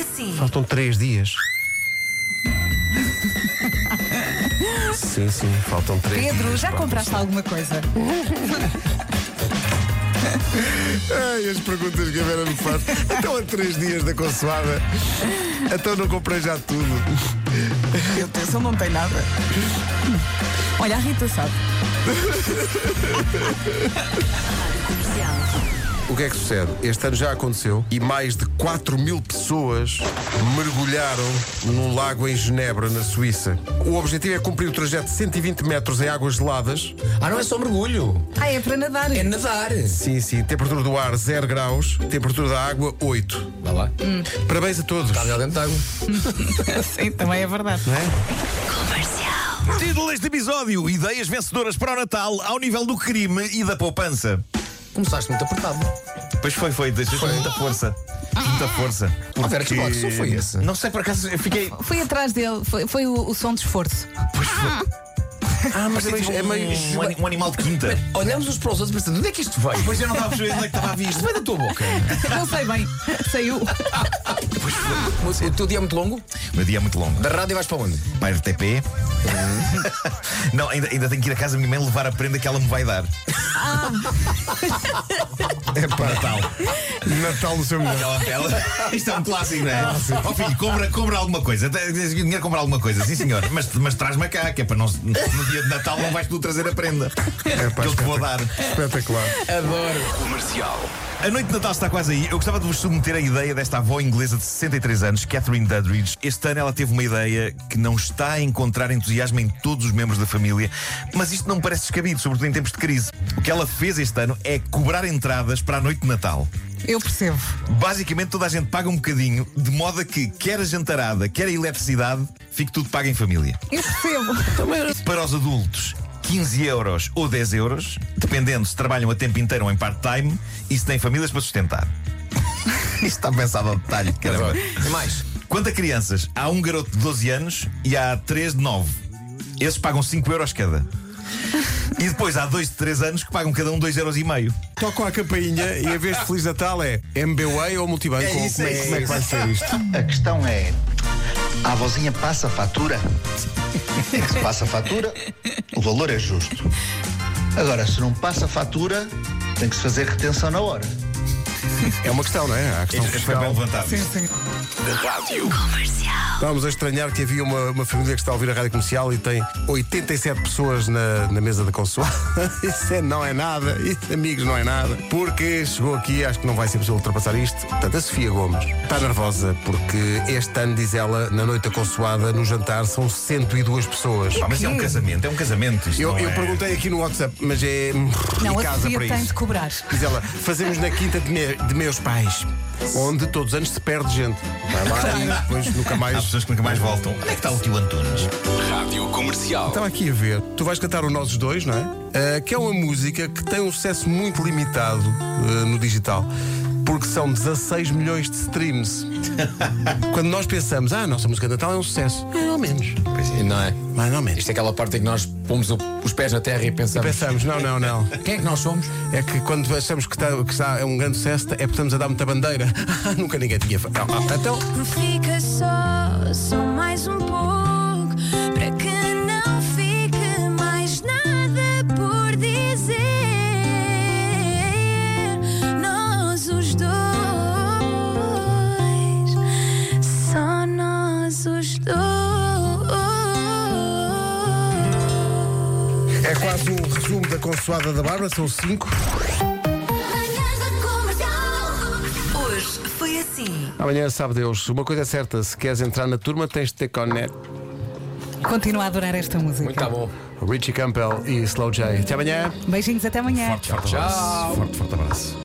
assim? Faltam três dias. sim, sim, faltam três Pedro, dias. já para compraste alguma coisa? Ai, as perguntas que a Vera me faz. Então, há três dias da consoada. Então, não comprei já tudo. Meu Deus, ele não tem nada. Olha, a Rita sabe. O que é que sucede? Este ano já aconteceu e mais de 4 mil pessoas mergulharam num lago em Genebra, na Suíça. O objetivo é cumprir o trajeto de 120 metros em águas geladas. Ah, não é só mergulho, Ah, é para nadar. é nadar. Sim, sim. Temperatura do ar 0 graus, temperatura da água 8. Vá lá. Parabéns a todos. Está melhor dentro de água. Sim, também é verdade. Não é? Título deste episódio: Ideias vencedoras para o Natal ao nível do crime e da poupança. Começaste muito apertado. Pois foi, foi, deixaste muita força. Muita força. Ah, Vera, que boxe foi esse? Não sei por acaso, eu fiquei. Fui atrás dele, foi, foi o, o som de esforço. Ah, mas é meio- é meio- um, ani- um animal de quinta. Olhamos uns para os outros pensando, onde é que isto veio? Pois eu não estava a perceber onde é que estava a vir Isto isto. veio da tua boca. Não sei bem, saiu. O teu dia é muito longo? O meu dia é muito longo. Da rádio vais para onde? Pai RTP. não, ainda, ainda tenho que ir a casa da minha mãe levar a prenda que ela me vai dar. Ah. É para Natal. Natal no seu melhor. Ela, ela- isto é um clássico, não é? Ó filho, compra, compra alguma coisa. Tem- tens Dinheiro comprar alguma coisa, sim senhor. Mas, mas traz-me cá, que é para não. se- No dia de Natal não vais tu trazer a prenda. É que eu te vou dar. Espetacular. A noite de Natal está quase aí. Eu gostava de vos submeter a ideia desta avó inglesa de 63 anos, Catherine Dudridge. Este ano ela teve uma ideia que não está a encontrar entusiasmo em todos os membros da família, mas isto não me parece descabido, sobretudo em tempos de crise. O que ela fez este ano é cobrar entradas para a noite de Natal. Eu percebo. Basicamente toda a gente paga um bocadinho, de modo a que quer a jantarada, quer a eletricidade, fique tudo pago em família. Eu percebo. Para os adultos, 15 euros ou 10 euros, dependendo se trabalham a tempo inteiro ou em part-time e se têm famílias para sustentar. Isto está pensado ao detalhe, caramba. E mais? Quanto a crianças, há um garoto de 12 anos e há 3 de 9. Esses pagam 5 euros cada. E depois há dois de 3 anos que pagam cada um 2,5 euros. E meio. Tocam a campainha e a vez de Feliz Natal é MBWay ou Multibanco. É isso, como, é, é como é que isso. vai ser isto? A questão é: a avózinha passa a fatura? É que se passa a fatura, o valor é justo. Agora, se não passa a fatura, tem que se fazer retenção na hora. É uma questão, não é? Há a questão Este foi bem fiscal. levantado. Sim, sim. Estávamos a estranhar que havia uma, uma família que está a ouvir a rádio comercial e tem 87 pessoas na, na mesa da consoada. Isso é- não é nada, isso, amigos, não é nada. Porque chegou aqui, acho que não vai ser possível ultrapassar isto. Portanto, a Sofia Gomes está nervosa porque este ano, diz ela, na noite da consoada, no jantar, são 102 pessoas. Pá, mas é um casamento, é um casamento. Isto Eu, não eu é... perguntei aqui no WhatsApp, mas é. Não, e a casa Sofia para tem isso. de cobrar. Diz ela, fazemos na quinta de, me- de meus pais, onde todos os anos se perde gente. Vai lá e depois nunca Há mais. pessoas que nunca mais voltam. Onde é que está o tio Antunes? Estava aqui a ver, tu vais cantar o Nós Dois, não é? Ah, que é uma música que tem um sucesso muito limitado ah, no digital, porque são 16 milhões de streams. Quando nós pensamos, ah, a nossa música de Natal é um sucesso. Mais ou menos. Não é? Mais ou menos. Isto é aquela parte em que nós pomos o- os pés na terra e pensamos. Pensamos, não, não, não. Quem é que nós somos? É que quando achamos que, tá- que está, é um grande sucesso, é porque estamos a dar muita bandeira. Nunca ninguém tinha. fa- Não, não, Então, Não fica só, só mais um pouco. Para que não fique mais nada por dizer. Nós os dois, só nós os dois. é quase o resumo da consoada da Bárbara, são cinco. Hoje foi assim. Amanhã sabe Deus. Uma coisa é certa, se queres entrar na turma, tens de ter connet. Continuo a adorar esta música. Muito tá bom. Richie Campbell e Slow J. Até amanhã. Beijinhos, até amanhã. Forte, forte abraço. Forte, forte abraço.